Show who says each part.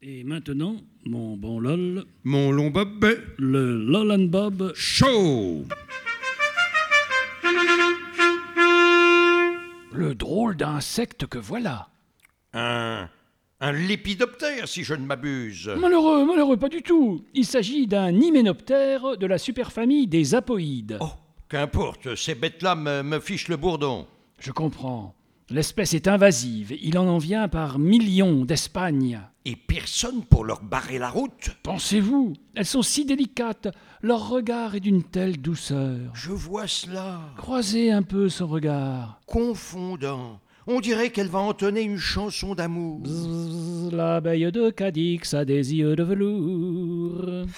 Speaker 1: Et maintenant, mon bon LOL,
Speaker 2: Mon long bob
Speaker 1: le LOL and Bob.
Speaker 2: chaud.
Speaker 3: Le drôle d'insecte que voilà.
Speaker 4: Un, un lépidoptère, si je ne m'abuse.
Speaker 3: Malheureux, malheureux, pas du tout. Il s'agit d'un hyménoptère de la superfamille des apoïdes.
Speaker 4: Oh, qu'importe, ces bêtes-là me, me fichent le bourdon.
Speaker 3: Je comprends. L'espèce est invasive. Il en en vient par millions d'Espagne.
Speaker 4: Et personne pour leur barrer la route.
Speaker 3: Pensez-vous, elles sont si délicates. Leur regard est d'une telle douceur.
Speaker 4: Je vois cela,
Speaker 3: Croisez un peu son regard.
Speaker 4: confondant. On dirait qu'elle va entonner une chanson d'amour.
Speaker 3: Bzzz, L'abeille de Cadix a des yeux de velours.